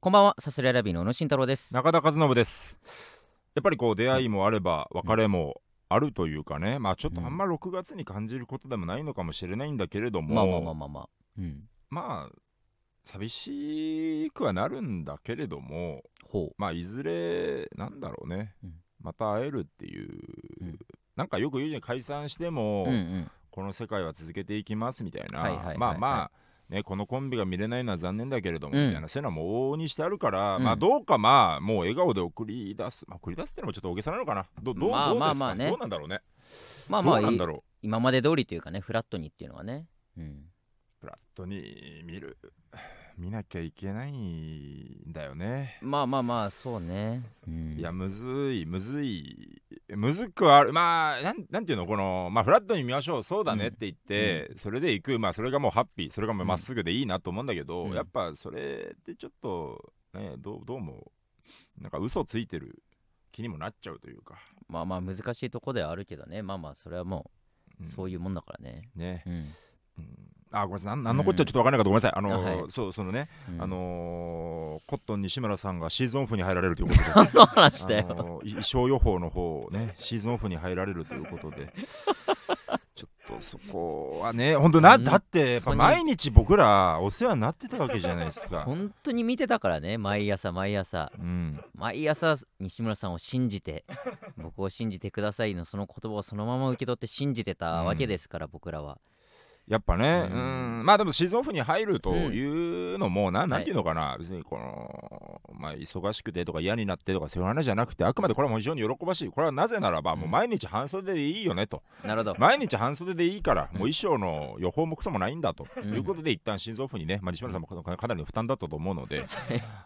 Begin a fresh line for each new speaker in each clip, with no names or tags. こんばんは、サスレラビーの宇野慎太郎です。
中田和信ですやっぱりこう出会いもあれば別れもあるというかね、まあちょっとあんま6月に感じることでもないのかもしれないんだけれども、
まあまあまあまあまあ。うん。
まあ寂しくはなるんだけれども
ほ
まあいずれなんだろうね、
うん
また会えるっていう、
うん
なんかよく言うじゃん解散しても、
う。うんうん。
この世界は続けていきますみたいな、
はいはいはいはい
まあまあねこのコンビが見れないのは残念だけれども、
うん
みたいなそういうのはもう往々にしてあるから、
うん
まあどうかまあもう笑顔で送り出す、まあ、送り出すってのもちょっと大げさなのかなどどう,、
まあ
どうですか
まあまあね
どうなんだろうね
まあまあ、
どうないんだろう
今まで通りというかね、フラットにっていうのはね。うん。
フラットに見る見なきゃいけないんだよね、
まあまあまあ、そうね。うん。
いやむずいむずいむずくはあるまあなんなんていうのこの、まあ、フラットに見ましょうそうだねって言って、それで行くまあそれがもうハッピーそれがもうまっすぐでいいなと思うんだけど、
うん
やっぱそれってちょっとねどうどうもなんか嘘ついてる気にもなっちゃうというか、
まあまあ、難しいとこではあるけどね。まあまあ、それはもう、そう
い
いうもんだからね。
うんね、
うん。
うん、あごめんなさいなんなんのこっちゃちょっと分からなかったごめんなさいあの
あはい
そうそのね、
うん
あ、のーコットン西村さんがシーズンオフに入られるということで
何の話だ
あ
よ。
のーい衣装予報の方をねシーズンオフに入られるというこ とでちょっとそこはね本当な、
うん
だってやっぱ毎日僕らお世話になってたわけじゃないですか、
本当に見てたからね、毎朝毎朝。
うん、
毎朝西村さんを信じ て僕を信じてくださいのその言葉をそのまま受け取って信じてたわけですから、僕らは
やっぱね、
う
うんん、まあでもシーズンオフに入るというのもな、なんていうのかな、別にこの、まあ、忙しくてとか嫌になってとかそういう話じゃなくてあくまでこれはもう非常に喜ばしいこれはなぜならば、もう毎日半袖でいいよねと
なるほど
毎日半袖でいいから、
うん
もう衣装の予報もクソもないんだと、
うん
いうことで一旦心臓部にね、まあ、西村さんもかかなりの負担だったと思うので、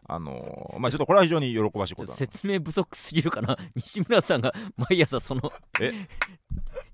あのーまあ、ちょっとこれは非常に喜ばしい
ちょ
こ
っと
とだな
説明不足すぎるかな 西村さんが毎朝その
え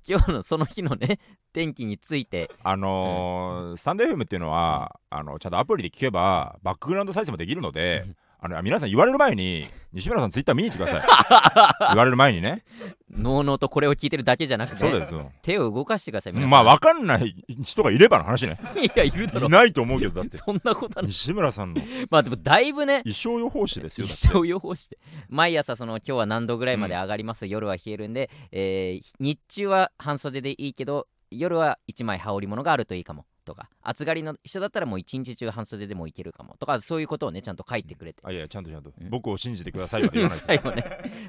今日のその日のね天気について
あのースタンド FM っていうのはあのちゃんとアプリで聞けばバックグラウンド再生もできるので
うん。
あの皆さん言われる前に西村さんツイッター見に行ってくださ い言われる前にね
のうのうとこれを聞いてるだけじゃなく
そう
て
ですよ
手を動かしてください皆さん
まあ分かんない人がいればの話ね
いやいるだろ
いないと思うけどだって
そんなことはない
西村さんの
まあでもだいぶね
衣装予報士ですよだって
一生予報して毎朝その今日は何度ぐらいまで上がります、夜は冷えるんで、えー日中は半袖でいいけど夜は一枚羽織物があるといいかもとか暑がりの人だったらもう一日中半袖でもいけるかもとかそういうことをねちゃんと書いてくれて、
あいやいやちゃんとちゃんと、
うん
僕を信じてくださいは言わ ないと
最後ね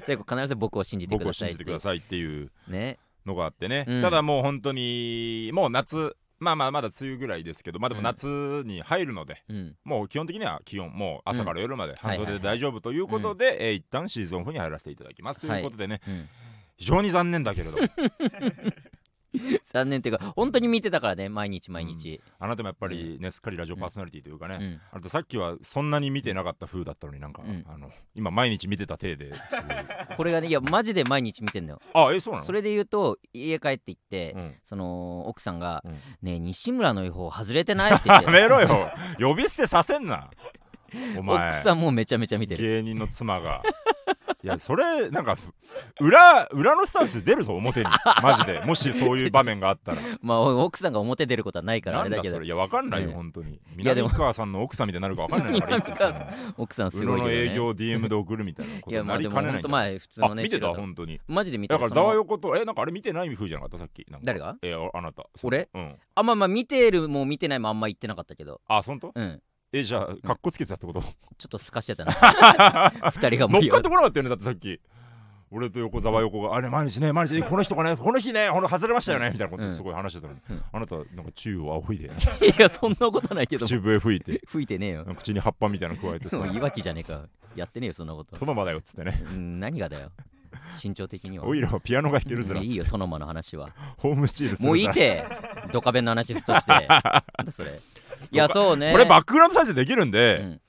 最後必ず僕を信じてく
僕
だ
を
さ
信
いって
じて
い
く
う
ださいっていう
ね
のがあってね、
うん
ただもう本当にもう夏まあまあまだ梅雨ぐらいですけどまあでも夏に入るので、
うん
もう基本的には気温もう朝から夜まで半
はい
袖
は
で
いはい
大丈夫ということで、えー一旦シーズンオフに入らせていただきますと
はい
いうことでね、
うん、
非常に残念だけれど
残念っていうか本当に見てたからね毎日毎日、
あなたもやっぱりねすっかりラジオパーソナリティというかね、
うん
あなたさっきはそんなに見てなかった風だったのになんか、
うん
あの今毎日見てた 体ですごい
これがねいやマジで毎日見てんのよ
あえそうなの
それで言うと家帰って行って、
うん
その奥さんが「
うん
ねえ西村の予報外れてない?」って言って
やめろ よ呼び捨てさせんなお前
奥さんもめちゃめちゃ見てる
芸人の妻がいやそれなんか裏裏のスタンスで出るぞ表にマジでもしそういう場面が あったら
まあ奥さんが表出ることはないからあ
な
れ
ん
だ
だ
けど
それいやわかんないよ、
ね
本当に
いやで
南
も
川さんの奥さんみたいになるかわかん ないからいつその
奥さんす
裏
ごいけど、
の
ね、
営業を DM で送るみたいなこ
い
と
や
に
ま
な
あ
り
で
か
も
ねな
本
い
当
んだ
まあ普通の
あ
ね
見てた
素人
本当に
マジで見て
だ
る
から
そ
ざ
の
わ横とえなんかあれ見てない風じゃなかったさっきなんか
誰が
えああなた
俺
うん
あまあまあ見てるも見てないもあんま言ってなかったけど
あ本当
うん
えじゃあかっこつけてたってこと
ちょっとすかしてたな
乗
二人が
っ
盛り上が
かって
る
こなかったよねだってさっき俺と横澤横があれ毎日ね毎日ねこの人がねこの日ねこの外れましたよねみたいなこと
うん
すごい話してたのに、
うん
あなたなんか宙を仰いで
いやそんなことないけど
口笛吹いて
吹いてねえよ
口に葉っぱみたいなの加えて さ
もういわきじゃねえかやってねえよそんなこと
殿場だよっつってね
うん何がだよ身長的には
おいらはピアノが弾けるずらっ
い
つっ
い
て
よトノマの話は
ホームスチールする
もういいてドカベンの話ずっと してなんだそれいやそうね
これバックグラウンド再生できるん
う
で、
ん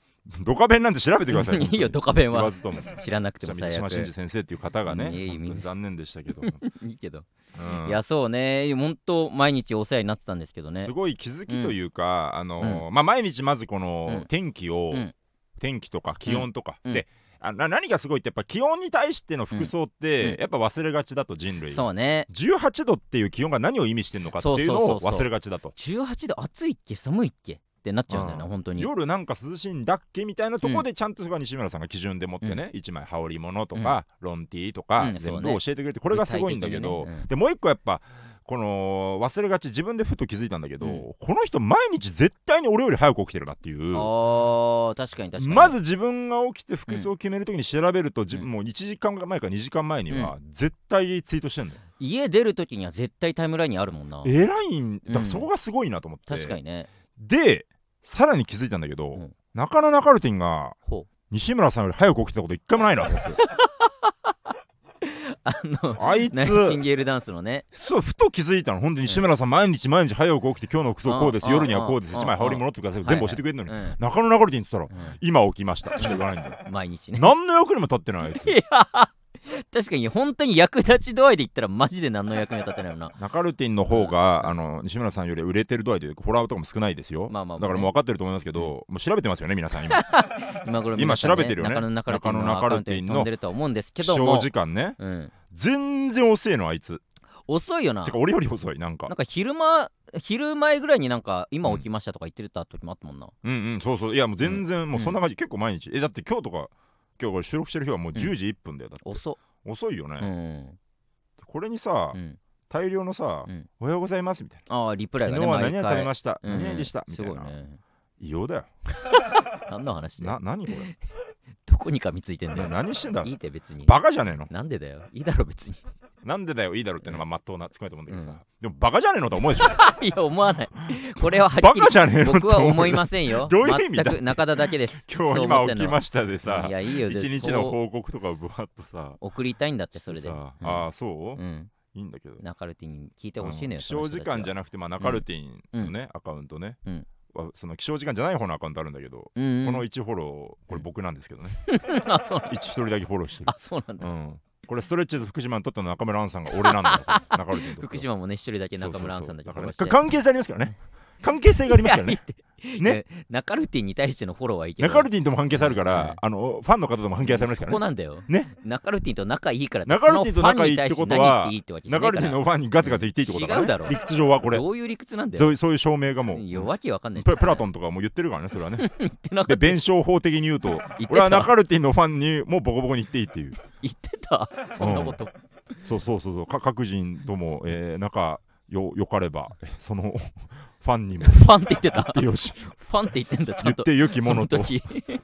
ドカベンなんて調べてください
いいよドカベ
ベ
ン
言
は
わず とも
知らなくても
水
最
島
悪
真嗣先生っていう方がね
うんいえいえ
本当に残念でした けど、
いいけど、
うん
いやそうね本当毎日お世話になってたんですけどね
すごい気づきというか、あのーまあ、毎日まずこ
うん
の天気を、
うん
天気とか気温とか、
うん
であな何がすごいってやっぱ気温に対しての服装
う
っ
んう
て
ん
やっぱ忘れがちだと人類、
そうね
18度っていう気温が何を意味してるのかっていうの
そうそう
を
そうそう
忘れがちだと
18度暑いっけ寒いっけってなっちゃうんだよな、
うん
本当に。
夜なんか涼しいんだっけみたいなと
う
こ
ん
でちゃんとそれは西村さんが基準で持ってね、一枚羽織物とか、ロンティーとか、
うんそう
全部
ね
教えてくれてこれがすごいんだけ
具体
ど、
的にねうん
でもう一個やっぱこの忘れがち自分でふと気づいたんだけど、
うん
この人毎日絶対に俺より早く起きてるなっていう。
ああ、確かに確かに。
まず自分が起きて服装を決めるときに調べると、自分
うん
もう1時間前か2時間前には絶対ツイートしてんのよ、
家出るときには絶対タイムラインにあるもんな。
偉いんだか
うん
らそこがすごいなと思って、
確かにね。
でさらに気づいたんだけど、
うん
中野中ルティンが
ほう。
西村さんより早く起きたこと一回もないなと思って
あの、
あい
ナイチン
つ
ゲールダンスのね。
そうふと気づいたの本当に西村さん毎日毎日早く起きて今日の服装こうで
う
す
ん
夜にはこうです
うん
一枚羽織物ってくださ
は
い
い
全部教えてくれるのに、
うんう
中野中ルティンって言ったら
ん
今起きましたしか言わないんだよ
毎日 ね。
何の役にも立ってないあいつ
いや、確かに本当に役立ち度合いで言ったらマジで何の役には立てないよな。
中ルティンの方が、あの西村さんより売れてる度合いでフォロワーとかも少ないですよ、
まあまあまあね
だからもう分かってると思いますけど、もう調べてますよね皆さん今
今頃
今
皆さんね
調べてるよね
中野中ルティンのアカウントに飛んでるとは思うん ですけ
起
ども
床。時間ね
うん。
全然遅いのあいつ
遅いよな
て。か俺より遅いなんか
なんか昼間、昼前ぐらいになんか今起きましたとか言ってた時もあったもんな。
うんうんそうそういやもう全然、もうそんな感じ、結構毎日えだって今日とか今日これ収録してる日はもう10時1分だよだって、
遅っ。
遅いよね、
うん。
これにさ、
うん。
大量のさ、
うん
おはようございます」みたい
ああ、リプ
な
ラ
「
イが
昨
ね、
日は何々食べ
毎
ました、
回
何々でした」
うん
み
す
たい
ごい
な、
ね。
異様だよ
何の話だ
な
よ
何こ れ
どこにかみついてんだ
な
よ。
何してんだ
いいって別に。
バカじゃねえの
なんでだよ。いいだろ別に。
なんでだよいいだろうってのはまあまっとうなつくめと思うんだけど
うん
さ、でもバカじゃねえのと思うでしょ
いや、思わない。これははっ
バ
き
カじゃね
り
えのって
僕は思い
す
ませんよ。
どういう意味
全く中田だけです。
今日今起きましたで
し
さ
いや、いいよ。
一日の報告とかをぶわっとさ
そう送りたいんだって、それで。
さ
うん
ああそう、
うん。
いいんだけど
中ルティに聞いてほしいのよ。
うん起床時間じゃ
ゃ
なくて、まあ、中ルティンのね、アカウントね、
うん
はその起床時間じゃない方のアカウントあるんだけど、
うんうん。
この1フォローこれ僕なんですけどね、
あ、そう
一1人だけフォローしてる
あ、、そうなんだ。
うん、これストレッチーズ福島にとっての中村アンさんが俺なんだよ中ルティンにとっては
福島もね、一人だけ
そう
中
そうそう
村アンさんだけ
だ
フ
か
ォロー
らね
して。
か関係性ありますからね関係性がありますからねね
いや中ルティに対してのフォローはいいけど。
中ルティンとも関係性あるか
はい
ら、あのファンの方とも関係性ありますか
そこ
らね。
なんだよ。
ね、
中ルティと仲いいからって
中ルティと仲いいってこと
そ
は
のファンに対して何言っていいってわけじゃな
中
いから
ルティンのファンにガツガツ言っていいってことだ
違う
から、ね、
だろ
理屈上はこれ
どういう理屈なんだ
そ
よ。
う、そういう証明がもう、
いや、わけわかんない。
ププラトンとかも言ってるからね、それはね。
言ってなか
で、
った。
弁証法的に言うと、
言って
俺は
た。
中ルティンのファンにもうボコボコに言っていいっていう。
言ってた。そんなこと。
そうそうそうそう、か各人とも、えー仲よよかれば、そのファンにも。
ファンって言ってた。
よし
ファンって言ってんだ、ちゃ
言
ん
っ
と。
て良き
そ
も
の
のと
時、
言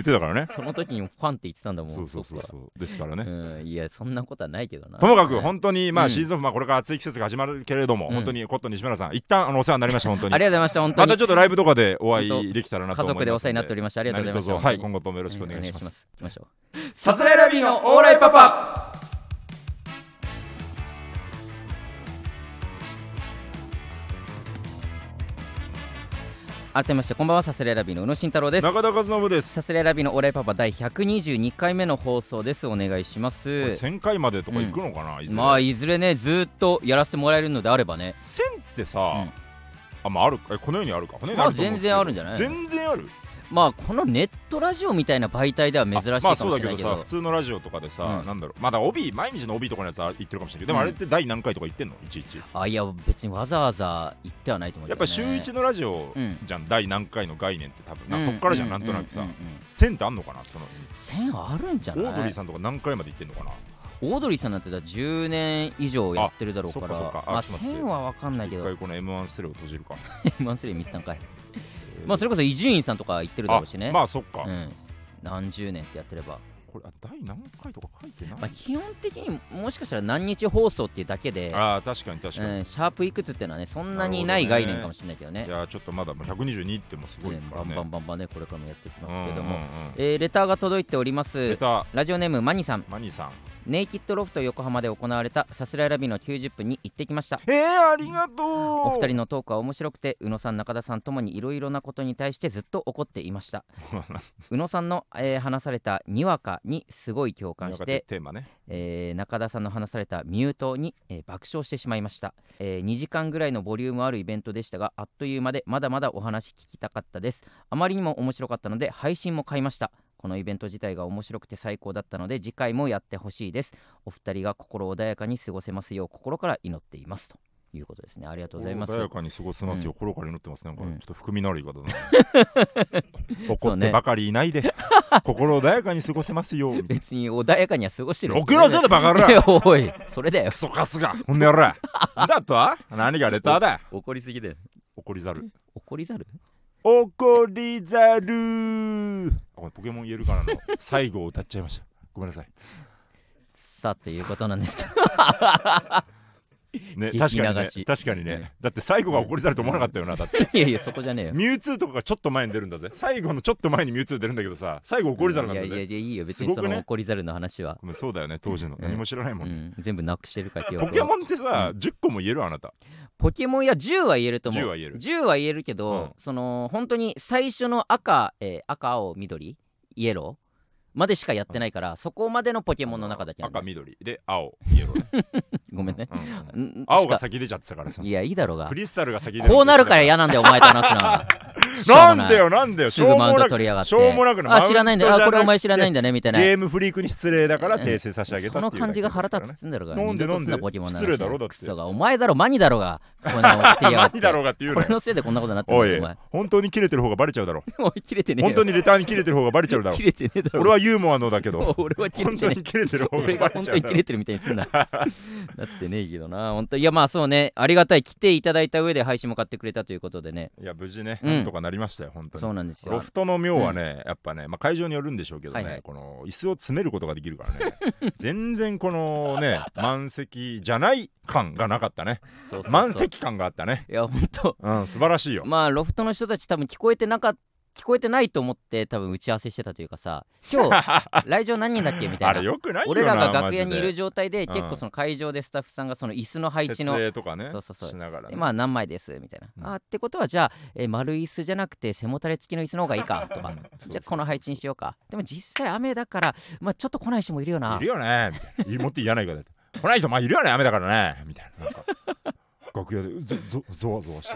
ってたからね。
その時にもファンって言ってたんだもん。
そうそうそう
っか
そうですからね。
うん、いや、そんなことはないけどな。
ともかく
はい
本当にま
う
あ
ん
シーズンオフまあこれから暑い季節が始まるけれども、
うん
本当にコットン西村さん一旦あのお世話になり ました本当に
ありがとうございました、本当
また
に
ち。ょっとライブとかでお会いできたらなと
家
思います
族でお世話になってお
り
りました。ありがとうございました。
はい今後ともよろしくお願いします
す。行きましょう。さすらいラビーのオーライパパ改めまして、こんばんは、さすらいラビーの宇野慎太郎です。
中田和信です
さすらいラビーのオーライパパ第122回目の放送です。お願いしま
これ
す。
1000回までとか行くのかな、いずれ
まあ、いずれね、ずーっとやらせてもらえるのであればね。
1000ってさ、あまああるえこの世にあるかこの世に
まあ
と思う
全然あるんじゃない
全然ある
まあ、このネットラジオみたいな媒体では珍しいか
あま
も
あ
し
そうだ
れ
け
ない
ど
け
さ
ど
普。通のラジオとかでさ、
うん
なんだろうまだ帯毎日の帯とかのやつは言ってるかもしれないけどでも
うん
あれって第何回とか言ってんのいちいち
あいや別にわざわざ言ってはないと思う
や
けど
っ
ね
ぱ週一のラジオ
うん
じゃん、第何回の概念って多分な
うん
そっからじゃんなんとなくさ、
うんうんうんうん
1000ってあんのかなその
線あるんじゃない
オードリーさんとか何回まで行ってんのかな
オードリーさんなんてだって10年以上やってるだろうから
あそっかそっかあ
まあ
ちょっと待って
線はわかんないけ
一
ど
回この M1 スレを閉じるか
マンスリー見たんかい まあそれこそ伊集院さんとか言ってるだろうしね
あまあそっか、
うん何十年ってやってれば、
これあ第何回とか書いてない、
まあ、基本的にもしかしたら何日放送っていうだけで、
ああ確かに確か
う
に、
ん、シャープいくつっていうのはねそんなにない概念かもしれないけどね
いやーちょっとまだもう122ってもうすごい
うん
か
バ
ら
ン
ね
バンバンバンねこれからもやっていきます
うん
けど
う
も、
んうん
えーレターが届いておりま
レ
す
ター
ラジオネームマニさん
マニーさん
ネイキッドロフト横浜で行われたさすらいラビの90分に行ってきました
えー、ありがとう
お
お
二人のトークは面白くて宇野さん中田さんともにいろいろなことに対してずっと怒っていました宇野さんの、えー話されたにわかにすごい共感して、
テーマね
えー中田さんの話されたミュートに、えー爆笑してしまいました、え2時間ぐらいのボリュームあるイベントでしたがあっという間でまだまだお話聞きたかったですあまりにも面白かったので配信も買いましたこのイベント自体が面白くて最高だったので次回もやってほしいですお二人が心穏やかに過ごせますよう心から祈っていますということですね。ありがとうございます
穏。やかに過ごせますよ、
う
心から祈ってますね。なんか
うん
ちょっと含みのある言い方だな。
そ
怒
う
っ
ね
てばかりいないで、心穏やかに過ごせま すよ。
別に穏やかには過ごしてるんです
送
けど
ろ
ね
うぜ、バカ野
い
郎
や おい、それだよ
ク。ソカスが、ほんのやら。だとは何がレターだ
怒りすぎだよ。
怒りざる。
怒りざる
怒りざるあこれポケモン言えるからの最後を歌っちゃいました。ごめんなさい。
さあ、ということなん ですけど。
ね、
激
確かに
流
ね
し。
確かにね。だって最後が怒りざると思わなかったよな。だって。
いやいや、そこじゃねえよ。
ミュウツーとかがちょっと前に出るんだぜ。最後のちょっと前にミュウツー出るんだけどさ、最後怒りざるなんだぜ。
いやいやいや、いいよ。別
す
に
ご
そ
くね
の怒りざるの話は。
ごめんそうだよね、当時の。
うん
何も知らないも。
うんん、全部なくしてるから記憶
ポ
を
ケモンってさ、10個も言えるあなた。
ポケモンや10は言えると思う
10は言える
10は言えるけど、
うん
その本当に最初の赤、えー赤青緑イエローまでしかやってないから、そこまでのポケモンの中だけなんだ
赤、緑。で、青、イエローね。
ごめんね、
うんうん
ん
青が
しか
先出ちゃってたからさ
い。やいいだろうが
クリスタルが先出
こうなるから
や
嫌なんだよお前と話すなしょうも
ないんでよ、なんだよ。
すぐマウント
しょうもなく
取りやがって
しょうもなくな
あ知らないんだよ
マウン
あ
ト
これ
じゃなくて
お前知らないんだねみたいな
ゲームフリークに失礼だから訂正させてあげた
その感じが腹立つっ
つ。
つんだろうが
なんで
二度とす
なんで
ポケモンの話
失礼だろだって
クソがお前だろマニだろがこんなの送ってきやがって
何だろうがって言う
こ
な
れ
よ。
のせいでこんなことになってん
お
だよ
い
お前、
本当に切れてる方がバレちゃうだろ。
おい切れてねえよ
本当にレターに切れてる方がバレちゃうだろ
切。れてねえだろ
俺はユーモアのだけ ど、
俺は切れ
本
て
当
ね
に切れてる方
俺が
がバレ
本
ち
当
ゃう
に
だ
切
ろ
れ。てるみたいにすんなだってねえけどな本当いやまあそうねありがたい来ていただいた上で配信も買ってくれたということでね
いや、無事ね、
うん
なんとかなりましたよ、本当に
そ。うなんです
ロ
よ
フトの妙はね、やっぱね、まあ、会場によるんでしょうけどね、
はいはい
この椅子を詰めることができるから ね、全然このね、満席じゃない感がなかったね、
そうそうそう
満席感があったね、
いや本当
うん、素晴らしいよ。
まあロフトの人たち多分聞こえてなかっ聞こえてないと思って多分打ち合わせしてたというかさ今 日来場何人だっけみた
あ
い
れ
な
よくないよな
俺らが楽屋にいる
マジ
状態で
うん
結構その会場でスタッフさんがその椅子の配
で
置
設
の
営とかね
そうそうそう
しながらね、
でまあ何枚ですみたいな、
うん
あってことはじゃあ、えー丸椅子じゃなくて背もたれ付きの椅子の方がいいかと
う
か
ん そうそう
じゃあこの配置にしようかでも実際雨だからまあちょっと来ない人もいるよない
るよねみたいないもって言わないから来ないとまあいるよね雨だからねみたいななんか楽屋でゾゾゾワゾワして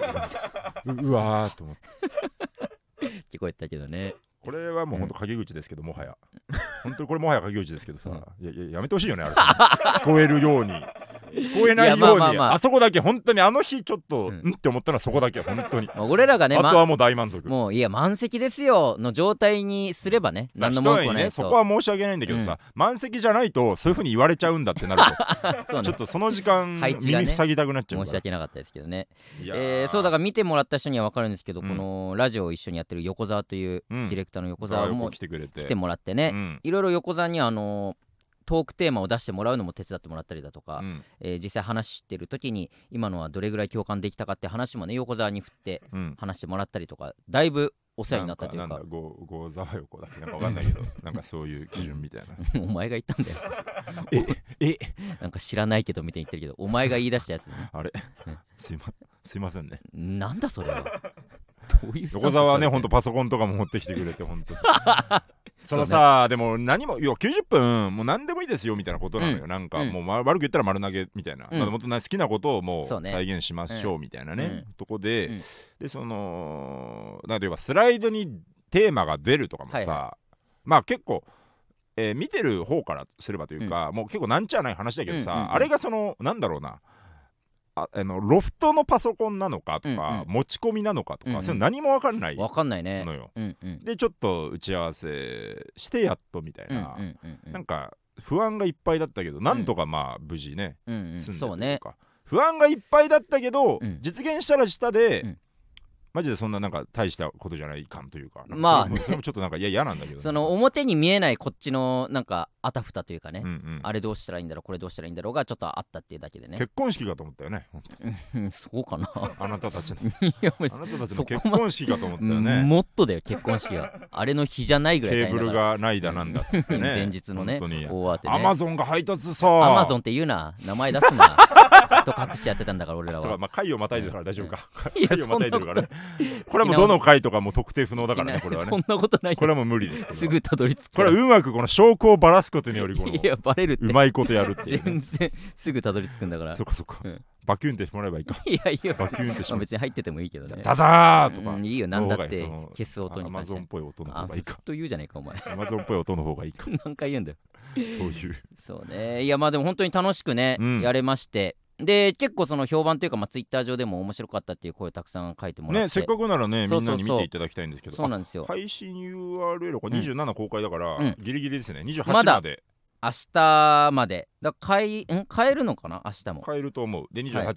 るうう わーと思って
聞こえてたけどね
これはもう本当陰口ですけど、もはや本当にこれもはや陰口ですけどさ、いやいややめてほしいよねあれ聞こえるように聞こえないい
や
ように
まあ
あ
まあまあ
そこだけ本当にあの日ちょっ
う
と、うんんって思ったのはそこだけ本当に、
まあ俺らがね、
あと
ま、
はもう大満足
もういや満席ですよの状態にすればね
まあ
何の文句
ひ
は
とえ
な
に
い
ね、
そ
そうこは申し訳ないんだけどさ、満席じゃないとそういうふうに言われちゃうんだってなると
そう
ちょ
ね
っとその時間、
配置がね
耳塞ぎたくなっちゃ
申
うか
し
ら。
訳なかったですけどね、
いやー
えーそうだから見てもらった人には分かるんですけど、
うん
このラジオを一緒にやってる横澤という
う
デ
ん
ィレクターの横
横澤
澤
よく
も
来てくれて。
来てもらってね、
うん
いろいろ横澤にあのトークテーマを出してもらうのも手伝ってもらったりだとか、
うん
えー実際話してる時に今のはどれぐらい共感できたかって話もね横澤に振って
うん
話してもらったりとかだいぶお世話になったとい
な
うん
か
か
なんだごござわ横だっけなんかわかんないけど、なんかそういう基準みたいな。
お前が言ったんだよ
え、え、
なんか知らないけどみたいに言ってるけどお前が言い出したやつね
あれ、 すいま、すいませんね。
なんだそれはどういうスタンス
横澤はね、
それ
ほんとパソコンとかも持ってきてくれて、ほんと。 そのさ、でも何も、いや、90分、もう何でもいいですよみたいなことなのよ。
う
なんか、
うん
もうま悪く言ったら丸投げみたいな。
うん
まあもっとな好きなことをもう
そうね
再現しましょうみたいなね、
う
とこで、
うん
で、その、なんていうか、スライドにテーマが出るとかもさ、
はい
まあ結構、えー見てる方からすればというか、もう結構なんちゃない話だけどさ、
うんうんうん
あれがそのなんだろうなああのロフトのパソコンなのかとか、
うんうん
持ち込みなのかとか、
うんうん
それ何も分かんない
わかんないね
のよ。
うんうん
でちょっと打ち合わせしてやっとみたい
うんう
な、
んうんうん
なんか不安がいっぱいだったけどなんとかまあ無事ね、
うんうん
済んだ
そう
という
ね
か不安がいっぱいだったけど、
うん
実現したら下で、
うん
マジでそんななんか大したことじゃない感というかなんか
まあ
それもそれもちょっとなんかいや嫌なんだけどね、
その表に見えないこっちのなんかあたふたというかね、
うんうん
あれどうしたらいいんだろうこれどうしたらいいんだろうがちょっとあったっていうだけでね
結婚式かと思ったよね
うんそうかな
あなたたちの
いや別に
あなたたち
そ
の
こま
結婚式かと思ったよね
もっとだよ結婚式はあれの日じゃないぐ
ケ
らい
ーブルがないだなんだっつって
うん
ね
前日のね
本当に
大当てね
アマゾンが配達さ
アマゾンって言うな名前出すな ずっと隠しやってたんだから俺ら
そうか、
は
まあ、回をまたいでるから大丈夫か。
いや
回をまたいでるからね。これはもう
聞き直
どの回とかもう特定不能だからね、これは
そん
ね。
なことない
これはもう無理ですけど。
すぐたどり着く
これはうまくこの証拠をばらすことにより、こ の
いやバレるって
うまいことやるっていうね、
全然すぐたどり着くんだから
そっかそっか
うん。
バキュンってしてもらえばいいか。
いやいや
バ
別
キ
に
ュンってして
まあ
もらえ
別に入っててもいいけどね
ばザザーとか
うん、いいよなんだって
の方がいいその
消す音
ア
に
マ
関し
ゾンってぽい音の方
あ
がい
ず
い
っ
か。
と言うじゃねえかお前
アマゾンっぽい音の方がいいか。
何回言うんだよ
そういう。
そうねいやまあでも本当に楽しくね、
うん
やれましてで結構その評判というか、まあ、ツイッター上でも面白かったっていう声をたくさん書いてもらって、
ねせっかくならね
そ
み
うんそ
な
うそう
に見ていただきたいんですけど
そうなんですよ
あ配信 URL これ
うん
27公開だから、
うん
ギリギリですね28
まだ
まで
明日までだ買いん買えるのかな明日も、
買えると思うで28、
は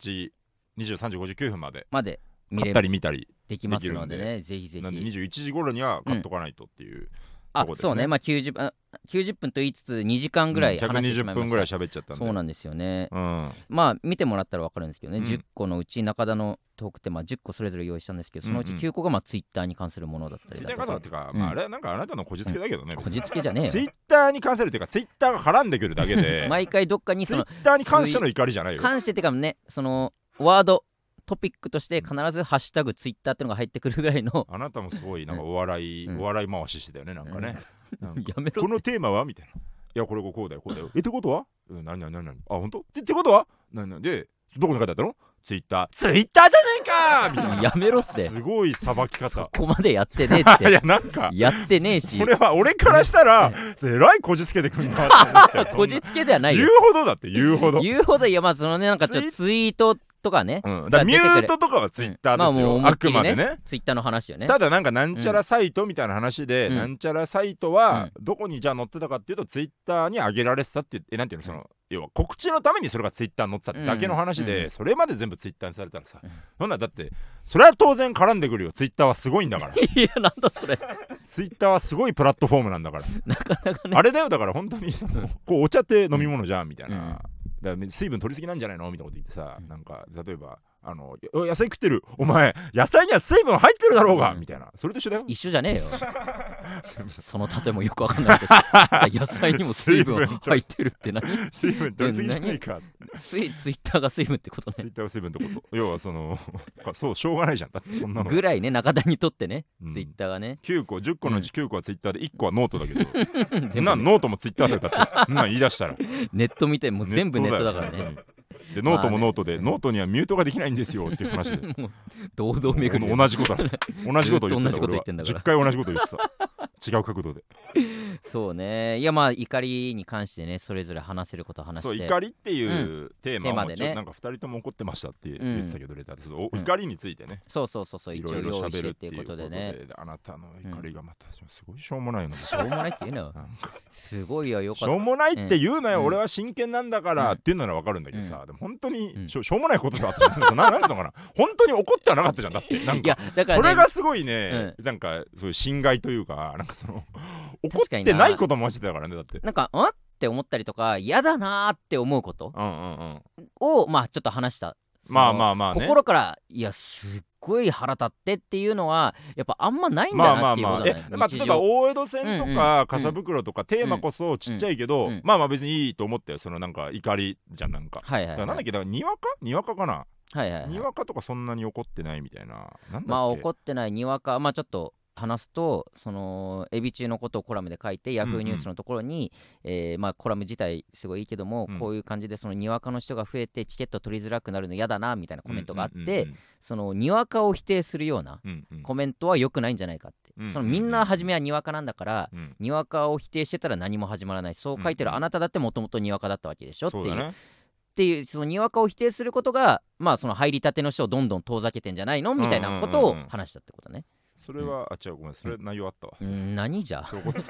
23時59分まで
まで見
買
れ
ったり見たり
できますので
でき
ねぜひぜ
なんで
ひ
21時頃には買っとかないとっていう、
あ
とこですね
そうねまあ 90, あ90分と言いつつ2時間ぐらい
うん
話してしま
120
いま
分
し
ぐ
た、
らい喋っちゃったんで
そうなんですよね、
うん
まあ見てもらったら分かるんですけどね、
うん
10個のうち中田のトークテーマ10個それぞれ用意したんですけどそのうち
うんうん
9個がまあツイッターに関するものだった
ツ
り
イ
だ
ッター
と
に関する
か
っ
う
ていうか、
ん
まあ、あれはなんかあなたのこじつけだけどね、
こじつけじゃね
ツ
え
イ
よ
ッターに関するっていうかツイッターが絡んでくるだ けで
毎回どっかに
ツ
そ
イ
の
ッターに関しての怒りじゃないよ
関してっていうかねそのワードトピックとして必ず「ハッシュタグツイッター」ってのが入ってくるぐらいの
あなたもすごいなんかお笑い、
うん
お笑い回ししてたよねなんかね、なんか
やめろ
このテーマはみたいな。いや、これこうだよ、こうだよ。え、ってことはうん、何何何何あ、本当ってってことは何何で、どこに書いてあったのツイッター。ツイッターじゃねえかみたいな。
やめろって
すごいさばき
そ
方。
こまでやってねえっ
いや
て、
なんか、
やってねえし
これは俺からしたら、えらいこじつけてくんなって思って。
こじつけではない
言う
よ
ほどだって、言うほど。
言うほどいやまあそのねなんかちょっとツイートとかね
うん、だからミュートとかはツイッターですよ、
うんまあ
あく
もう思
ま
いっきり
でね。
ツイッターの話よね
ただなんかなんちゃらサイトみたいな話で、
うん
なんちゃらサイトはどこにじゃあ載ってたかっていうとツイッターに上げられてたっていうえなんていうのその要は告知のためにそれがツイッターに載ってたってだけの話で、
うん
それまで全部ツイッターにされたらさ、
うん
そんなだってそれは当然絡んでくるよツイッターはすごいん だから
いやなんだそれ
ツイッターはすごいプラットフォームなん だからあれだよだから本当にそのこうお茶って飲み物じゃんみたいな、
うん
だから水分取りすぎなんじゃないのみたいなこと言ってさ、
うん
なんか例えばあのお野菜食ってるお前野菜には水分入ってるだろうが、
うん
みたいなそれと一緒だよ
一緒じゃねえよ その例えもよくわかんないけど 野菜にも水分入ってるって何
水分取りすぎじゃないか
ツイツイッターが水分ってこと
ツイ
ね
ッターは水分ってこと要はそのそうしょうがないじゃんだってそんなの
ぐらいね中田にとってね、
うん
ツイッターがね
9個10個のうち9個はツイッターで1個はノートだけど、そ
全
んな
部
ん
ね
ノートもツイッターだよだってそんなん言い出し たら
ネット見てもう全部ネットだから
よ
ね
本当にでノート
ま
も
あね
ノートで、ノートにはミュートができないんですよっていう話で
堂々巡りだよ
同じこと だ同じこと言っ
ずっと同
てた
じこと言ってんだから
10回同じこと言 ってた違う角度で
そうねいやまあ怒りに関してねそれぞれ話せることを話して
そう怒りっていううテー
テ
マを
ーマでね
ちょなんか2人とも怒ってましたって言ってたけどレターでそう
う
お
ん
怒りについてね
そうそうそうそう
い
一応
ろいろ
用意し
喋る
て
っ
ってて
い
いうう
こ
ことと
で
で
ね
ね
あなたの怒りがまたすごいしょうもないのです
しょうもないって言うの
なん
すごいよよ
し
かっ
ょうもないって言うなよ、
うん
俺は真剣なんだから、
うん
っていうならわかるんだけどさ、でも本当
う
に
ん
しょ,、うもないことだったじゃんななんつうのかな本当に怒ってはなかったじゃんだってな
た
ん
い
か
やだから、
そ
ね、
れがすごいね、なんかそういう侵害というか なんかその怒
確か
っ
に
て
な
ないこともマジだからねだって
なんかんって思ったりとか嫌だなーって思うこと
うんうんうん
をまあちょっと話したその
まあまあまあね
心からいやすっごい腹立ってっていうのはやっぱあんまないんだ
まあま
なっ
あ
ていうこ
ま
と
あ
だ
え
ね、
まあ
日
例
常
えば大江戸線
うん
と
うんう
か
ん
笠袋とかテーマこそちっちゃいけど、
うんうん
まあまあ別にいいと思ったよそのなんか怒りじゃんなんか。
はいは
だ
いは
から
い
なんだっけだからにわかにわかかな、
はいはいはい
にわかとかそんなに怒ってないみたいななんだっけ
まあ怒ってないにわかまあちょっと話すとそのエビ中のことをコラムで書いてヤフーニュースのところに、えーまあコラム自体すごいいいけども、
うん
こういう感じでそのにわかの人が増えてチケット取りづらくなるの嫌だなみたいなコメントがあって、
うんうんうん
そのにわかを否定するような
うんうん
コメントは良くないんじゃないかって、
うん
そのみんな初めはにわかなんだから、
うん
にわかを否定してたら何も始まらないそう書いて
う
る
んうん
あなただってもともとにわかだったわけでしょって
そ
いう
だ
う
ね
っていうそのにわかを否定することがまあその入りたての人をどんどん遠ざけてんじゃないのみたいなこと
う
を
んうんうんうん
話したってことね。
それは、あ違うごめんそれ内容 あったわ、
うん何じゃ
それ怒って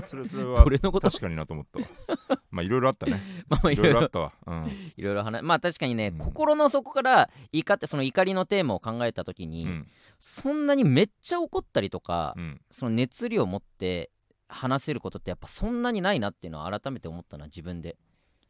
たそれそれは
どれの こと
確かになと思ったわまあいろいろあったね
まあまあい
い
ろ
ろい
い
ろあ
ろ
ったわ、うん
いろいろ話まあ確かにね、
うん
心の底から怒ってその怒りのテーマを考えた時
う
に、
ん
そんなにめっちゃ怒ったりとか、
うん、
その熱量を持って話せることってやっぱそんなにないなっていうのは改めて思ったな自分で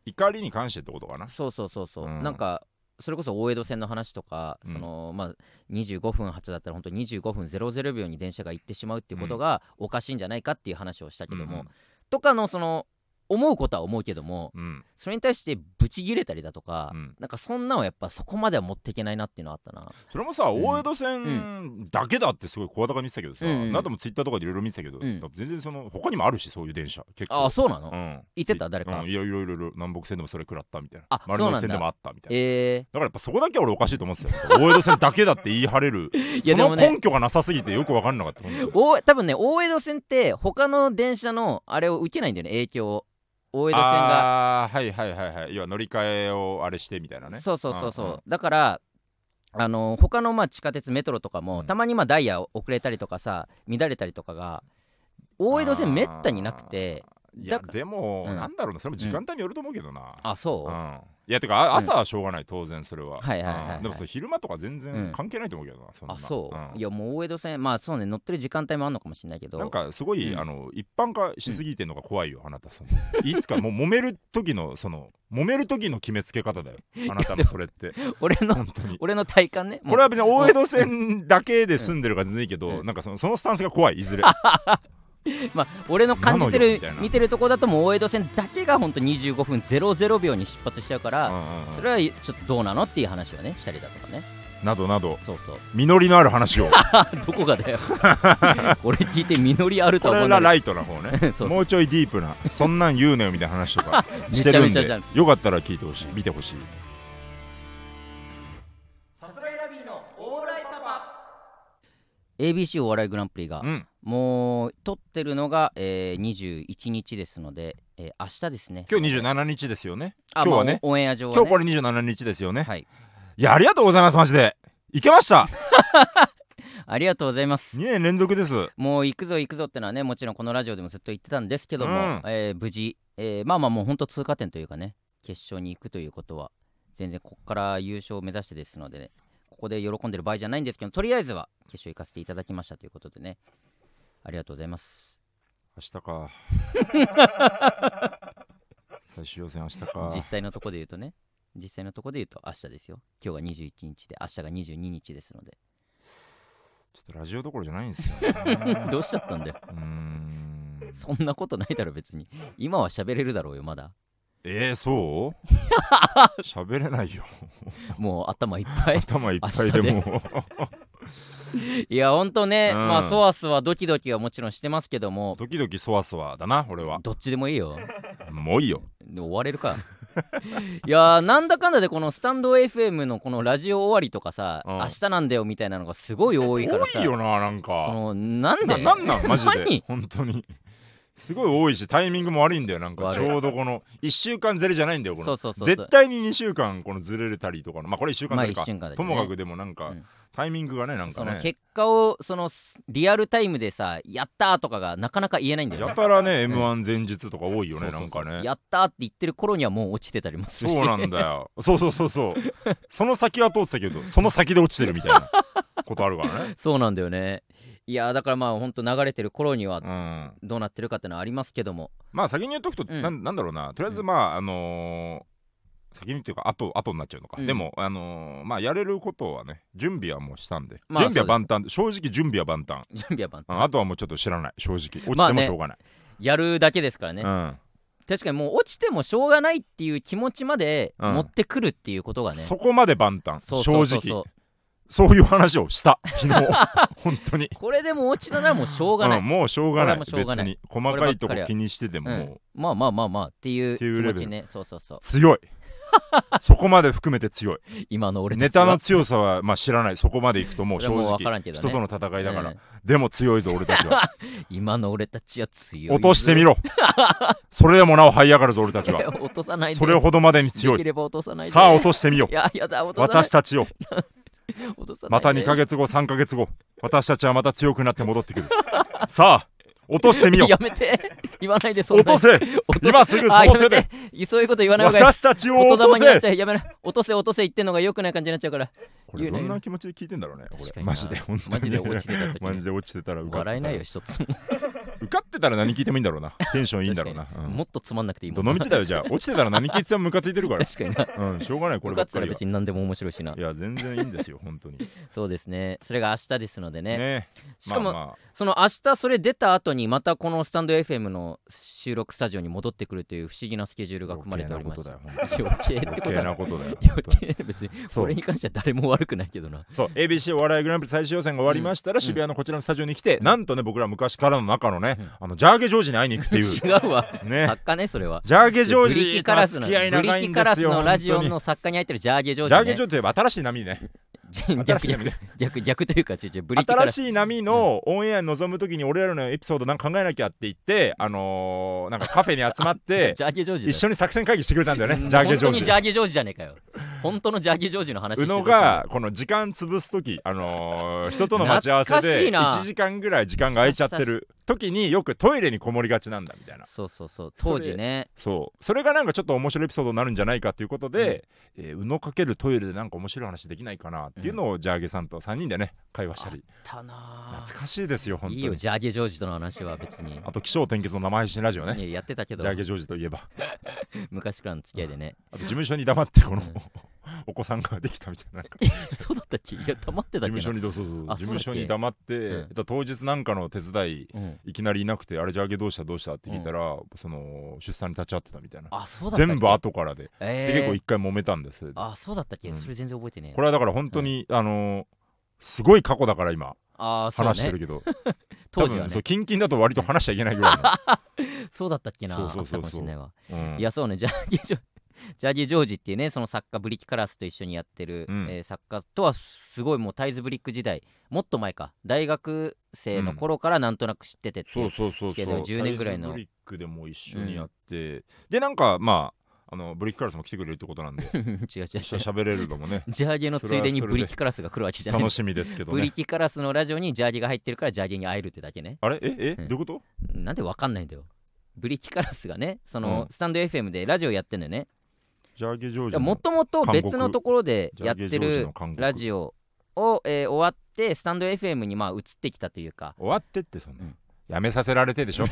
怒りに関してってことかな
そうそうそうそう、
うん
なんかそれこそ大江戸線の話とか、
うん
そのまあ、25分発だったら本当に25分00秒に電車が行ってしまうっていうことがおかしいんじゃないかっていう話をしたけども、
うんうん
とかのその思うことは思うけども
うん
それに対してブチギレたりだとか、
うん
なんかそんなのはやっぱそこまでは持っていけないなっていうのはあったな
それもさ、
うん
大江戸線だけだってすごい声高に言ってたけどさ、
うんうん
なんともツイッターとかでいろいろ見てたけど、
うん
全然その他にもあるしそういう電車結構
ああそうなの、
うん、
言ってた誰か
うんいやいろいろいろ南北線でもそれ食らったみたいな
あ
丸
そう
の
な
内
んだ
線でもあったみたいな
え
だからやっぱそこだけは俺おかしいと思ってたよ大江戸線だけだって言い張れる
ー、い
そ
やで
の
もね
根拠がなさすぎてよく分かんなかった本当に
お多分ね大江戸線って他の電車のあれを受けないんだよね影響を大江戸線が、
あーはいはいはいはい要は乗り換えをあれしてみたいなね
そうそうそうそう、
うんうん
だからあの他のまあ地下鉄メトロとかも、
うん
たまにまあダイヤ遅れたりとかさ乱れたりとかが大江戸線めったになくて
いや
だか
でも、
うん
なんだろうなそれも時間帯によると思うけどな、
あそう、
うんいやてかあ
うん
朝はしょうがない、当然それは,、
はいはいはいはい
うんでもそれ昼間とか全
うん
然関係ないと思うけどな、そんな
あそう、
ん
いやもう大江戸線まあそうね乗ってる時間帯もあるのかもしれないけど
なんかすごい、
うん
あの一般化しすぎてんのが怖いよ、あなたそのいつかもう揉める時のその揉める時の決めつけ方だよあなたのそれ って
俺の
本当に
俺の体感ねもう
これは別に大江戸線だけで住んでるから全然いいけど、
うん
なんかそのそのスタンスが怖いいずれ
まあ、俺の感じて
なのよ
る
みたいな
見てるとこだともう大江戸線だけが本当25分00秒に出発しちゃうから、それ
な
はちょっとどうなのっていう話をねしたりだとかね
どなど
そうそう
実りのある話を
どこがだ よこれ聞いて実りあ ると
こ
は思
れ
わな
が
い
ライトな方ね
そうそう
もうちょいディ ープなそんなん言うなよみたいな話とか
め
して
ちゃ
る
め
ん
ちゃ
で
じゃん
よかったら聞いてほしい見てほしい
さすがラビーのオーライパパ ABC お笑いグランプリが
うん
もう撮ってるのが、えー、21日ですので、えー、明日ですね
今日27日ですよね
あ
今日はね
まあオンエア上は、ね、
今日これ27日ですよね、
はい
いやありがとうございますマジでいけました
ありがとうございます
2年連続です
もう行くぞ行くぞってのはねもちろんこのラジオでもずっと言ってたんですけども、
うん
えー無事、えーまあまあもう本当通過点というかね決勝に行くということは全然ここから優勝を目指してですので、ね、ここで喜んでる場合じゃないんですけどとりあえずは決勝行かせていただきましたということでねありがとうございます
明 日か最終予選明日か
実際のとこで言うとね実際のとこで言うと明日ですよ今日が21日で明日が22日ですので
ちょっとラジオどころじゃないんですよね
どうしちゃったんだよ
うーん
そんなことないだろ別に今は喋れるだろうよまだ
えー、そう 喋れないよ
もう頭いっぱい
頭いっぱいで
明
も
いやほんとね、
うん
まあそわそわドキドキはもちろんしてますけども
ドキドキそわそわだな俺は
どっちでもいいよ
もういいよ
で終われるかいやーなんだかんだでこのスタンド FM のこのラジオ終わりとかさ、
うん
明日なんだよみたいなのがすごい多いからさ
多いよななん
そ
か
のなんで
ななんなんマジで
何
本当にすごい多いしタイミングも悪いんだよなんか
悪い
ちょうどこの1週間ずれじゃないんだよこ
そう
の
そうそうそう
絶対に2週間このずれたりとかのまあこれ1週間
まあ
ずれ
一
か
瞬間だけ
と
どね
もかくでもなん
う
か
ん
タイミングがねなんか
その
ね
結果をそのすリアルタイムでさ「やった!」ーとかがなかなか言えないんだよ
や
ね。
たらね m 1前日とか多いよ
そ
ねな
うそ
ん
うそ
か
う
ね
やったーって言ってる頃にはもう落ちてたりもするし
そうなんだよ。そうそうそうそう。その先は通ってたけど、その先で落ちてるみたいなことあるから ね。
そうなんだよねいやーだからまあほんと流れてる頃には
うん、
どうなってるかってのはありますけども
まあ先に言っとくと、
うん
なんなんだろうなとりあえずまあ、あのー先にっていうか後後になっちゃうのか、
うん
でも、あのーまあ、やれることはね準備はもうしたんで、
まあ
準備は万端正直準備は万端、
準備は万
う
端
んあとはもうちょっと知らない正直落
ま
ち
あ
ても
ね
しょうがない、
やるだけですからね、確かにもう落ちてもしょうがないっていう気持ちまで
うん
持ってくるっていうこと
う
が
ん、
ね、
そこまで万端
そうそうそう
正
そ
直
う
そういう話 をした昨日本当に
これでも落ちたならもうしょうがない、
うんもうしょうがない
これもしょうがない
別に細かいと
こればっ
こ
かりは
気にしてても、
うん
もう
まあまあまあまあっていう
って
気
いう
持
レベル
ちねそうそうそう
強いそこまで含めて強い
今の俺た
ネ
ちは
タの強さはまあ知らないそこまでいくともう正
それはもう
直
分からんけどね
人との戦いだから、
うん
でも強いぞ俺たちは
今の俺たちは 強いぞ
落としてみ ろそれでもなお這い上がるぞ俺たちは
落とさ ないで
それほどまでに強
でき
い
れば落とさないで
さあ落としてみよ
いややだ落とさない
私たちを
落とさない
また
で
2ヶ月後3ヶ月後私たちはまた強くなって戻ってくるさあ落としてみよ
やめて言わないでそん
落
な
とせ
落と
今すぐ
あ
その手
や
で
めてそういうこと言わない方がいい
私たちを
言霊
落と
になっ
せ
ちゃうやめな落とせ落とせ言ってんのが良くない感じになっちゃうから
これどんな気持ちで聞いてんだろうねこ
確か
れ
にな
マジで本当
マジ
に
で落ちてた時
マジ
に
で落ちてたら受かってた
笑えないよ一つも
受かってたら何聞いてもいいんだろうな。テンションいいんだろうな。
確かに
うん
もっとつまんなくていいも
ど
んな
の道だよ、じゃあ。落ちてたら何聞いてもムカついてるから。
確かにな
うん、しょうがない、これ
受
ば
かっ
っ
た
てからりは。
別に何でも面白いしない
や、全然いいんですよ、本当に。ね
そうですねそれが明日ですのでね
え。
しかも、
まあま
その明日それ出た後にまたこのスタンド FM の収録スタジオに戻ってくるという不思議なスケジュール
あ
が組まれておりまし
余計
た
なこ
余計ってこ
とだよ。余
と
計
は
なことだよ。本
余
当に
計別に
そう
これに関しては誰も悪くないけどな
そう ABC お笑いグランプリ最終予選が終わりましたら、
ん
渋谷のこちらのスタジオに来て、なんとね僕ら昔からの中のね、
うん
あのジャーゲジョージに会いに行くってい
違
う
うわ
ね
作家ねそれは
ジャーゲジョー
ブリ
ジ
キ
と
カ
は
ラス
付
の
き合い
ブ
長
リ
い
キ
ん
カ
で
ラ
す
ス
よ
のラジオ
本当に
の作家に入ってるジャーゲジョージ
ジャーゲ
ね
ジョージといえば新しい波ね
じ
新
逆
しい
逆逆逆というかちょいちょいブリティか
新
ら
しい波のオンエアに臨むときに俺らのエピソードなんか考えなきゃって言って、あのーなんかカフェに集まって
ジャーゲジョージだよ
一緒に作戦会議してくれたんだよ
う
ね
ん
ジャーゲジョ
本当に
ー
ジ
ジ
ャーゲジョージじゃねえかよ本当のジャーゲジョージの話して
宇
た
野がこの時間潰す時、あのー人との待ち合わせ
懐かし
で
いな
1時間ぐらい時間が空いちゃってる時によくトイレにこもりがちなんだみたいな
そうそうそう
そ
当
れ
時ね
そうそれがなんかちょっと面白いエピソードになるんじゃないかということで、えー宇野かけるトイレでなんか面白い話できないかなっていうのをジャーゲさんと3人でね会話したり
たな
懐かしいですよ
あ
本当
い
に
いよジャーゲジョージとの話は別に
あと気象転結の生配信ラジオね
いややってたけ
ジ
ど
ャーゲジョージといえば
昔からの付き合いでね
あと事務所に黙ってこ
う
の、
ん
お子さんができたみたいななんか
そうだったっけいや溜まって
事
たっ
務
け
所
な
にどうそうそう事
あそうだっ
務
け
所に黙って、
うん
えっと当日なんかの手伝い
うん
いきなりいなくてあれジャーゲどうしたどうしたって聞いたら、その出産に立ち会ってたみたいな
あそうだったっけ
全部後からで,、で
え
結構
ー
一回揉めたんです
あそうだったっけ
うん
それ全然覚えてねえ
これはだから本当に、あのーすごい過去だから今
あそう
話して
ね
るけど、多
当時は
分そ
ね
うキンキンだと割と話しちゃいけないぐらい
そうだったっけな
そう
あ
そうそう
っ
そ
た
う
かもしれないわ
の、う ん
いやそうねジャーギージョジャーギージョージっていうねその作家ブリック・カラスと一緒にやってる、
うん
えー作家とはすごいもうタイズブリック時代もっと前か大学生の頃からなんとなく知っててっていう、
そうそうそうそう
付き合いでも10年ぐらいの
タイズブリックでも一緒にやって、でなんかまああのブリックカラスも来てくれるってことなんで
違う違う違うジ
一緒に喋れるのもね
ャーギーのついでにブリック・カラスが来るわ けじゃない
楽しみですけど
ブリ
ね
キカラスのラジオにジャーギーが入ってるからジャーギーに会えるってだけね
あれええ、
うん
どういうこと
なんでわかんないんだよブリキカラスがねその、
うん
スタンド FM でラジオやってんだよね
ジャーゲジョージ
もともと別のところでやってるラ
オ
ジオを、えー終わってスタンド FM にまあ移ってきたという か
終わってってそん
う
な、
ん
やめさせられ てでしょ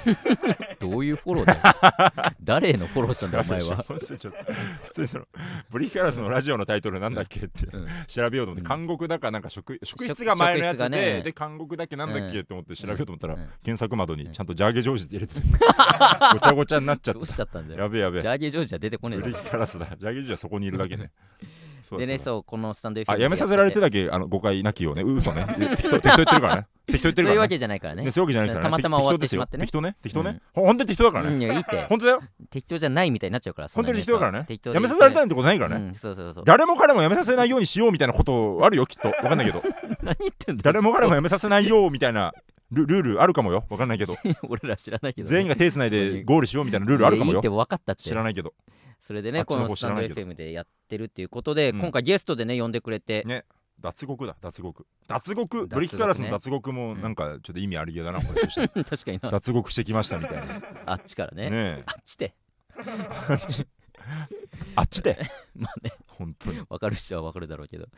どういうフォローだよ 誰へのフォローしたんだお前は
本当にちょっと普通にそのブリックカラスのラジオのタイトルなんだっけって、
うん
調べようと思って、
うん
監獄だかなんか職職
職
質が前のやつで、
職質がね
で監獄だっけなんだっけって思って調べようと思ったら、
うん
検索窓に
うん
ちゃんとジャーゲジョージっ て入れてたごちゃごちゃになっちゃっ
どう
て
しちゃったんだ
た
よ
やべえやべえ
ジャーギージョージは出てこねえだ
ブ
ろ
リックカラスだジャーゲジョージはそこにいるだけねそうだ
でね
そう
そうこのスタンド FM
だあやめさせられてだけあの誤解なきようね嘘ね適当適当言ってるからね適当言っ
そうい
てる
う
から
わ
ね
けじゃないからね
ねそういうわけじゃないですからね
たまたま終わってしまってね
適当ですよ適当ね適当ねほんとに適当だから
うん
ね
いやいいって
本当だよ
適当じゃないみたいになっちゃうから
本当に適当だからね
適当
やめさせられた
い
なんてことないからね
うんそうそうそう
誰も彼もやめさせないようにしようみたいなことあるよきっ とわかんないけど
何言ってんだよ
誰も彼もやめさせないよみたいなルルールあるかもよわかん ないけど
俺ら知らないけどね
全員が手つないでゴールしようみたいなルールあるかも
いやいい
よ
って分かったって
知らないけど
それで
あ
ね
っち
こ
の方
のスタンド
知らないけ
FM でやってるっていうことで
うん
今回ゲストでね呼んでくれて
ね脱獄だ脱獄脱獄
獄ね
ブリックカラスの脱獄もなんかちょっと意味ありげだなこれとして
確かにな
脱獄してきまし たみたいなね
あっちからね
え
あっちで
あっち で
まあね
本当に
分かる人は分かるだろうけど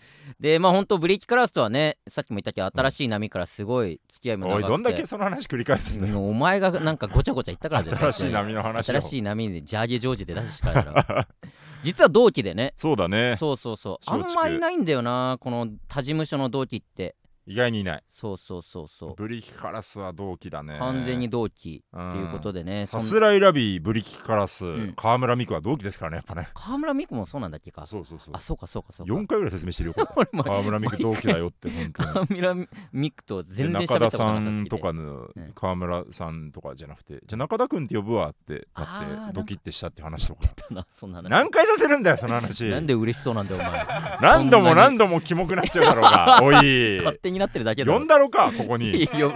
でまあ本当ブレーキカラスとはねさっきも言ったけど新しい波からすごい付き合いも長
お
く
い
て
どんだけその話繰り返すんだよ
うんお前がなんかごちゃごちゃ言ったからだよ
新し
最初に
い波の話を
新しい波でジャーゲジョージで出すしかないから 実は同期でね
そうだね
そうそうそうあ
松
ん
竹
まいないんだよなこの他事務所の同期って
意外にいない
そうそうそうそう
ブリキカラスは同期だね
完全に同期
と
ということでね、そ
さ
ん
すらいラビーブリキカラス、
ん
川村美久は同期ですからねやっぱね
川村美空もそうなんだっけか
そうそうそう
あそうかそうかそうか
4回ぐ らい説明してるよこれ
俺も
川村美久同期だよって本当に
川村美空と
で
全然喋
中
ったこ
田
とな
さ
さす
ん
ぎて
とかの
うん
川村さんとかじゃなくてじゃあ中田君って呼ぶわって
あー
な
なん
っ
か
てドキッてしたって話とか
な そんな話
何回させるんだよその話
なんで嬉しそうなんだよお前
何度も
そんなに
何度もキモくなっちゃうだろう がおい
勝手になってるだけだろ
呼んだろかここに
いや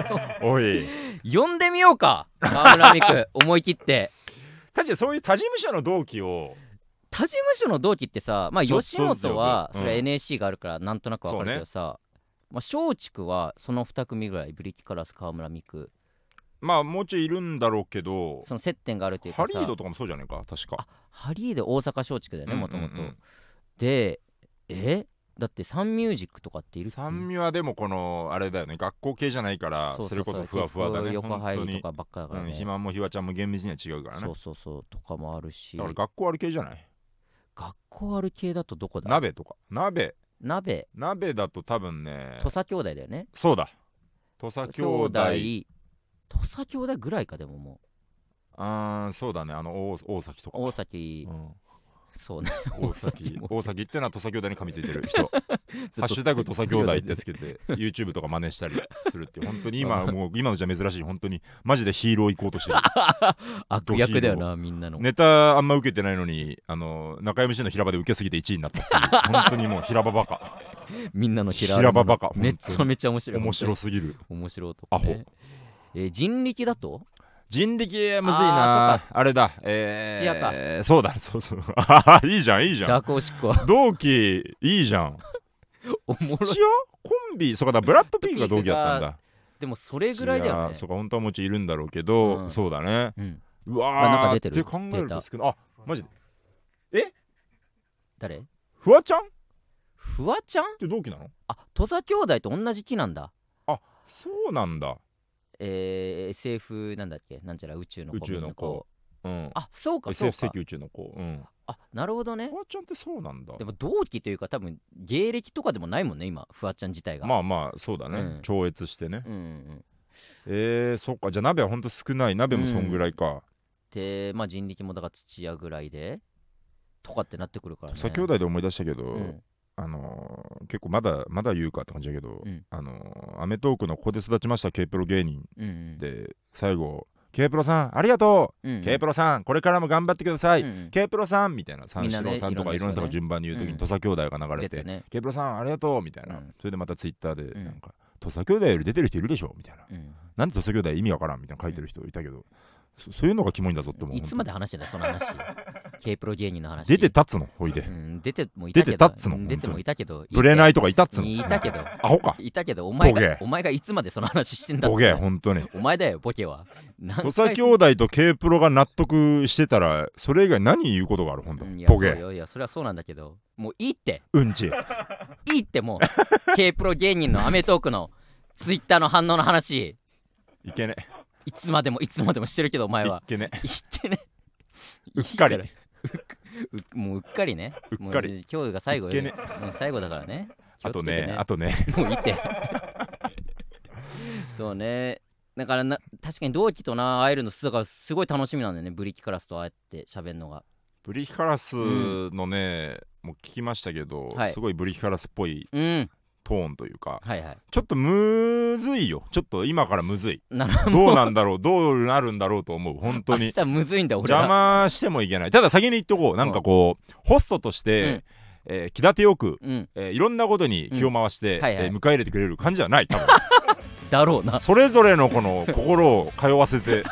おい
呼んでみようか川村美空思い切って
確かにそういう他事務所の同期を
他事務所の同期ってさまあ
ちょっと
吉本は
ずつ呼ぶう
そ
ん
れ NSC があるからなんとなくわかるけどさ、まあ松竹はその2組ぐらいブリキカラス川村美空
まあもうちょいいるんだろうけど
その接点があるというか
ハ
さ
リードとかもそうじゃないか確か
ハリーで大阪松竹だよね
うん
もともと
うんうん
でえだってサンミュージックとかっているっけ
サンミュはでもこのあれだよね学校系じゃないから
う
それこそふわふわだね
結構横
本当
入り
に
とかばっかだから
うん
ね、
肥満もひわちゃんも厳密には違うからね
そうそうそうとかもあるし
だから学校ある系じゃない
学校ある系だとどこだ
鍋とか鍋
鍋
鍋だと多分ね
土佐兄弟だよね
そうだ土佐兄弟
土佐兄弟ぐらいかでもも
あーそうだねあの大大崎と
う
か
大崎
うん
そうね
大
大
崎
崎
大崎ってのは土佐兄弟に噛みついてる 人ハッシュタグ土佐兄弟ってつけて YouTube とか真似したりするっていう本当に今もう今のじゃ珍しい本当にマジでヒーロー行こうとしてる
悪役だよなみんなの、
ネタあんま 受けてないのにあの中 MC の平場で受けすぎて1位になったっていう本当にもう平場バカ
みんなの嫌われ
平場
者
バカ本当に
めちゃめちゃ面白い。
面白
本
すぎる
当に面白いとか、ね。えー人力だと
人力むずい
あー
なあれだえー、
土屋
かそうだそうそう あーいいじゃんいいじゃん
ダークオシッ クは
同期いいじゃん
おもろい
土屋コンビそうかだブラッド・ピークが同期だったんだ
でもそれぐらいだよ
土
ね
屋そうか本当はもちいるんだろうけど、
うん
そうだね
うん
う
あなん
わ
か
ー
出
って
る
て考えると少ないあマジで
誰
フワちゃんっ
フワちゃん
て同期なの
あ土佐兄弟と同じ木なんだ
そうなんだ
えー、SF なんだっけなんちゃら宇宙の子
宇宙の子
みんなこ
うん
うあそうかそう
SF
か
赤宇宙の子うん
あなるほどね
フワちゃんってそうなんだ
でも同期というか多分芸歴とかでもないもんね今フワちゃん自体が
まあまあそうだね、
うん
超越してね
うんうんうん
えー、そっかじゃあ鍋はほんと少ない鍋もそんぐらいか、
でまあ人力もだから土屋ぐらいでとかってなってくるからね
先ほどで思い出したけど、
うん
あのー結構まだまだ言うかって感じだけど、
うん
あのーアメトーークのここで育ちました K プロ芸人
うんうん
で最後 K プロさんありがと
うんう
う、
ん
K プロさんこれからも頑張ってください、
うんうん
K プロさんみたいな三
みん
四
なね
郎さんとか
い
い
ろ
ろ
ん
ん
な人がね
な人が順番に言うとき
うん
に土佐兄弟が流
出
れて
たね
ケーブロさんありがとうみたいな、
うん
それでまたツイッターで
うん
なんか、土佐兄弟より出てる人いるでしょみたいな、
うん
なんで土佐兄弟意味わからんみたいな書いてる人いたけど、そそういうのがキモいんだぞって思う
いつまで話してんだその 話 K プロ芸人の話
出て立つのほいで、
うん出てもいたけど
出てたっつの
うん出てもいたけど
ブレないいとかいたっつの
いたけど
アホか
いたけどお前
ボ
が
ケ
お前がいつまでその話してんだっつ
ボ
う
ケ本 当に
お前だよボケは何回
土佐兄弟と K プロが納得してたらそれ以外何言うことがある本当
うんいや
ボ
そう
ケ
よいやそれはそうなんだけどもういいって
う んち
いいってもう K プロ芸人のアメトークのツイッターの反応の話
いけね
いつまでもいつまでもしてるけどお前
い
は
けね
言ってね
うっかり
いいらうっもううっかりね
うっかり
もう今日が最後
いっけ
よ、
ね
もう最後だからね気
あ
をつ
と
けて
ねあとね
もういいって そうねだからな確かに同期とな会えるのすだからすごい楽しみなんだよねブリキカラスと会って喋るのが
ブリヒカラスのね、もう聞きましたけど、
はい
すごいブリヒカラスっぽい
うん
トーンというか
はいはい
ちょっとむずいよちょっと今からむずい
なる
どうなんだろうどうなるんだろうと思う本当
明
に
日むずいんだ俺は
邪魔してもいけないただ先に言っとこうなんかこうホストとして、えー気立てよく、
うん
えーいろんなことに気を回して、
うんはいはい
えー迎え入れてくれる感じじゃない多分
だろうな
それぞれの この心を通わせて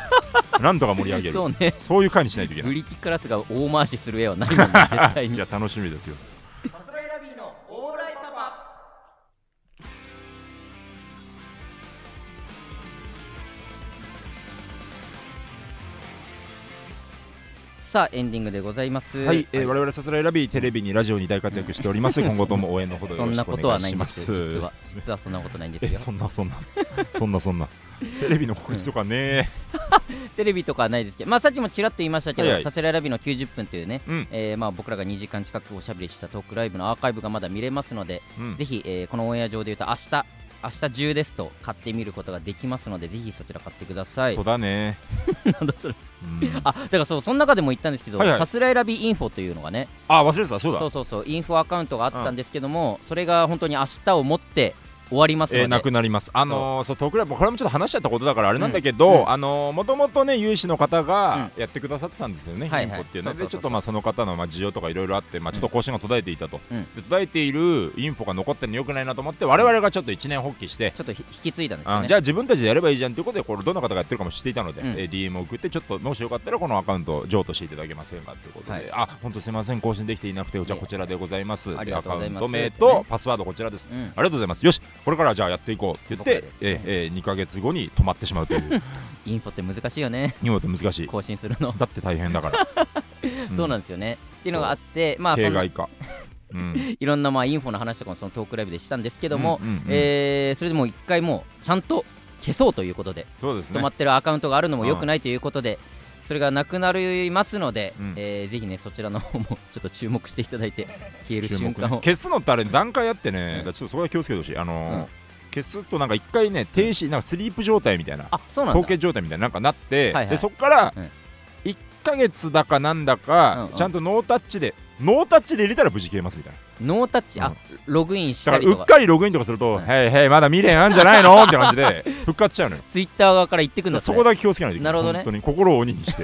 なんとか盛り上げる
そ
そう
ね
ういう回にしないといけない
ブリキカラスが大回しする絵はないもん ね絶対
い
に
や楽しみですよ
さすがいラビーのオーライパパさあエンディングでございます
はい、えー我々さすらいラビーテレビにラジオに大活躍しております今後とも応援のほどよ
そ
ろ
ん
し
な
く
こ
お
と
願
はいない
し
んで
ますす
よ実は実はそんなことないんです
え
よ
そんなそんなそんな そんなテレビの告知とかね
テレビとかはないですけど、まあ、さっきもちらっと言いましたけ
はい
ど
は
「
い
さすらいラビの90分」というね、
うん
えーまあ、僕らが2時間近くおしゃべりしたトークライブのアーカイブがまだ見れますので、
うん
ぜひ、えーこのオンエア上で言うと明日明日中ですと買ってみることができますのでぜひそちら買ってください
そう。だね、
なんだそれ
うん
あだからそうその中でも言ったんですけど
はいはい
さすらいラビインフォというのがね
あ忘れてたそうだ
そうそうそうインフォアカウントがあったんですけども、それが本当に明日をもって終わりますので、
えーなくなります。あのーそうトークライブこれもちょっと話しちゃったことだからあれなんだけ
う
ど、
んうん
あのーもともとね有志の方がやってくださってたんですよね。
はい
ヒン
はい
ポっていうの
そう
で
そう
ち
そうそう
ょっとまあその方のまあ需要とかいろいろあってまあちょっと更新が途絶えていたと。
うん
で途絶えているインフォが残ってるのよくないなと思って我々がちょっと一年発起して。
ちょっとひ引き継いだんですよ
あ
ね
じゃあ自分たちでやればいいじゃんということでこれどんな方がやってるかも知っていたので、
うん
えー DM を送ってちょっともしよかったらこのアカウントを譲渡していただけませんかということで、
はい
あ本当すいません更新できていなくてじゃあこちらでございます
ありがとうございます
アカウント名
ってね
とパスワードこちらです
うん
ありがとうございます。よし、これからじゃあやっていこうって言っ
了解、
て
で
え
す
ええ2ヶ月後に止まってしまう という、
インフォって難しいよね
日本って難しい。
更新するの、
だって大変だから。
そうなんんですよねっていうのがあってまあそ
形
の
骸化。 うん
いろんなまあインフォの話とかもそのトークライブでしたんですけども、
うんうんうん
えーそれでもう一回もうちゃんと消そうということで
そうです
止
ね
ま。ってるアカウントがあるのも良くないということで、それがなくなりますので、
うん
えーぜひねそちらの方もちょっと注目していただいて消える
注
瞬
目
間
ね
を、
消すのってあれ段階あって
うん
ね、だからちょっとそこは気をつけてほしい。あ
うん
のー消すとなんか一回ね、停止、なんかスリープ状態みたいな、
あそうなん
凍
だ
結状態みたいな、なんかなって、
はいはい
でそこから
うん
1ヶ月だかなんだ
うん
か
う、ん
ちゃんとノータッチで、ノータッチで入れたら無事消えますみたいな。
ノータッチ、
う
あ
ん
ログインし
だ
たり
からう
と
っ
か
かりログインとかすると、
うん
へいへい、まだ未練あんじゃな いのって感じで、復活しちゃうのよ。
ツイッター側から言ってくんだ
そこ
だ
だけ気をつけないといけない。
なるほどね
本当に心を鬼にして。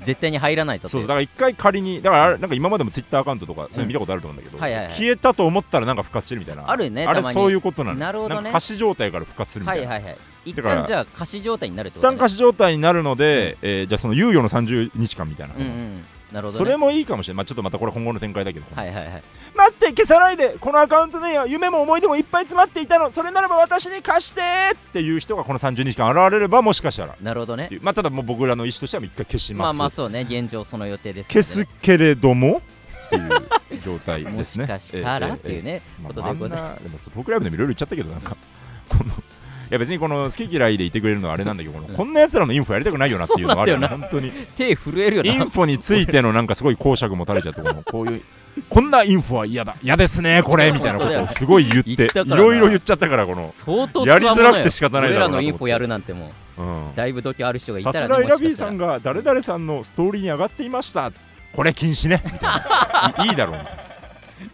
絶対に入らないぞって
そう
い
だ
う
から一回仮にだからあれなんか今までもツイッターアカウントとかそういうの見たことあると思うんだけど、
はいはいはい
消えたと思ったらなんか復活してるみたいな
あるね
あれ
たまに
そういうことなの
なるほどね
んか仮死状態から復活するみた
はいい
な、
はいはい一
だか
旦
ら
じゃあ貸し状態になるってこ
一
と
旦
ね
仮死状態になるので、えーじゃあその猶予の30日間みたいな、
うんうんなるほどね
それもいいかもしれない、まあ、ちょっとまたこれ今後の展開だけど、
はいはいはい
待って消さないでこのアカウントでは夢も思い出もいっぱい詰まっていたのそれならば私に貸してっていう人がこの30日間現れればもしかしたらっ
なるほどね
ていうまあただもう僕らの意思としてはもう一回消します
まあまあそうね現状その予定ですけ
消
ど
すけれどもっていう状態
も
です
し
ね
かしたらっていう
ね
ね
ま
こと
あ、あ
で
ん
ござい
なでもトークライブでもいろいろ言っちゃったけどなんかこのいや別にこの好き嫌いでいてくれるのはあれなんだけど、この
うん
こんな奴らのインフォやりたくないよなっていうのはあるよね
そう
本当に
手震える
イ
よな
ンフォについてのなんかすごい講釈持たれちゃう ところこういうこんなインフォは嫌だ嫌ですねこれみたいなことをすごい言ってい
言ったからな
ろいろ言っちゃったからこの、
相当
やりづらくて仕方ない
俺ら
だろうなと思って
のインフォやるなんても
うん
う、だいぶ度胸ある人がいた
さす
ら
らい
ねも
ラ
し
ビ
か
ー
した
さん
ら
が誰々さんのストーリーに上がっていましたこれ禁止ねみたいないい いだろうみたいな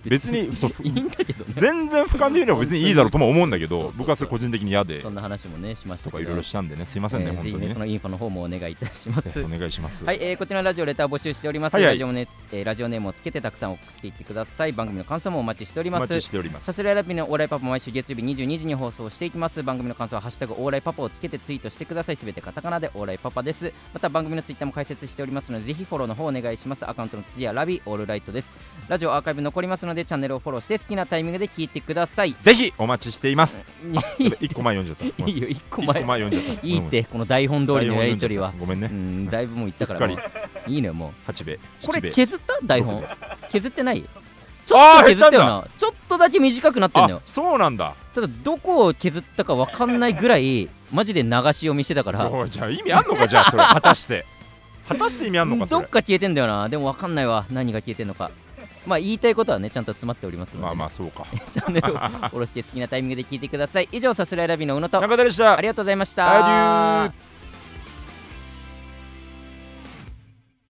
別にそう
いいんだけどね
全然俯瞰で見れば別にいいだろうとも思うんだ
そ
け
うそう
ど
そう
僕はそれ個人的に嫌で
そんな話もねしました
とか
け
い
ど
ろいろしたんでねすいませんね
えー
本
ぜひ
当に
ね
ね
そのインフォの方もお願いいたします
お願いします
はい、えーこちらのラジオレター募集しております、
はいはい
ラジオネえーラジオネームをつけてたくさん送っていってください番組の感想もお待ちしており
お
ま
待
す
ちしております
さすらいラビのオーライパパ毎週月曜日22時に放送していきます番組の感想は「ハッシュタグオーライパパ」をつけてツイートしてくださいすべてカタカナでオーライパパですまた番組のツイッターも開設しておりますのでぜひフォローの方お願いしますアカウントの辻やラビオールライトですラジオアーカイブ残りますのでチャンネルをフォローして好きなタイミングで聞いてください
ぜひお待ちしています
いい
1個前読んじゃったごめ ん
いよ1個
一
前
個前読んじゃった
いいってこの台本通りのやりとりは
ごめんね
うんだいぶもう言ったからも
うっ
ういいのよもう
八兵衛
これ
七兵衛
削った台本
僕
削ってないちょっ
あ
と
ー
削ったよ
減
なちょっとだけ短くなってんのよ
あそうなんだ
ただどこを削ったかわかんないぐらいマジで流し読みしてたから
おいじゃあ意味あんのかじゃあそれ果たして果たして意味あんのか
ど
そ
っ
れ
か消えてんだよなでもわかんないわ何が消えてんのかまあ言いたいことはねちゃんと詰まっておりますので、
まあまあそう か
チャンネルを下ろして好きなタイミングで聞いてください以上さすらいラビの宇野と
中田でした
ありがとうございまし
アデュ
た
ー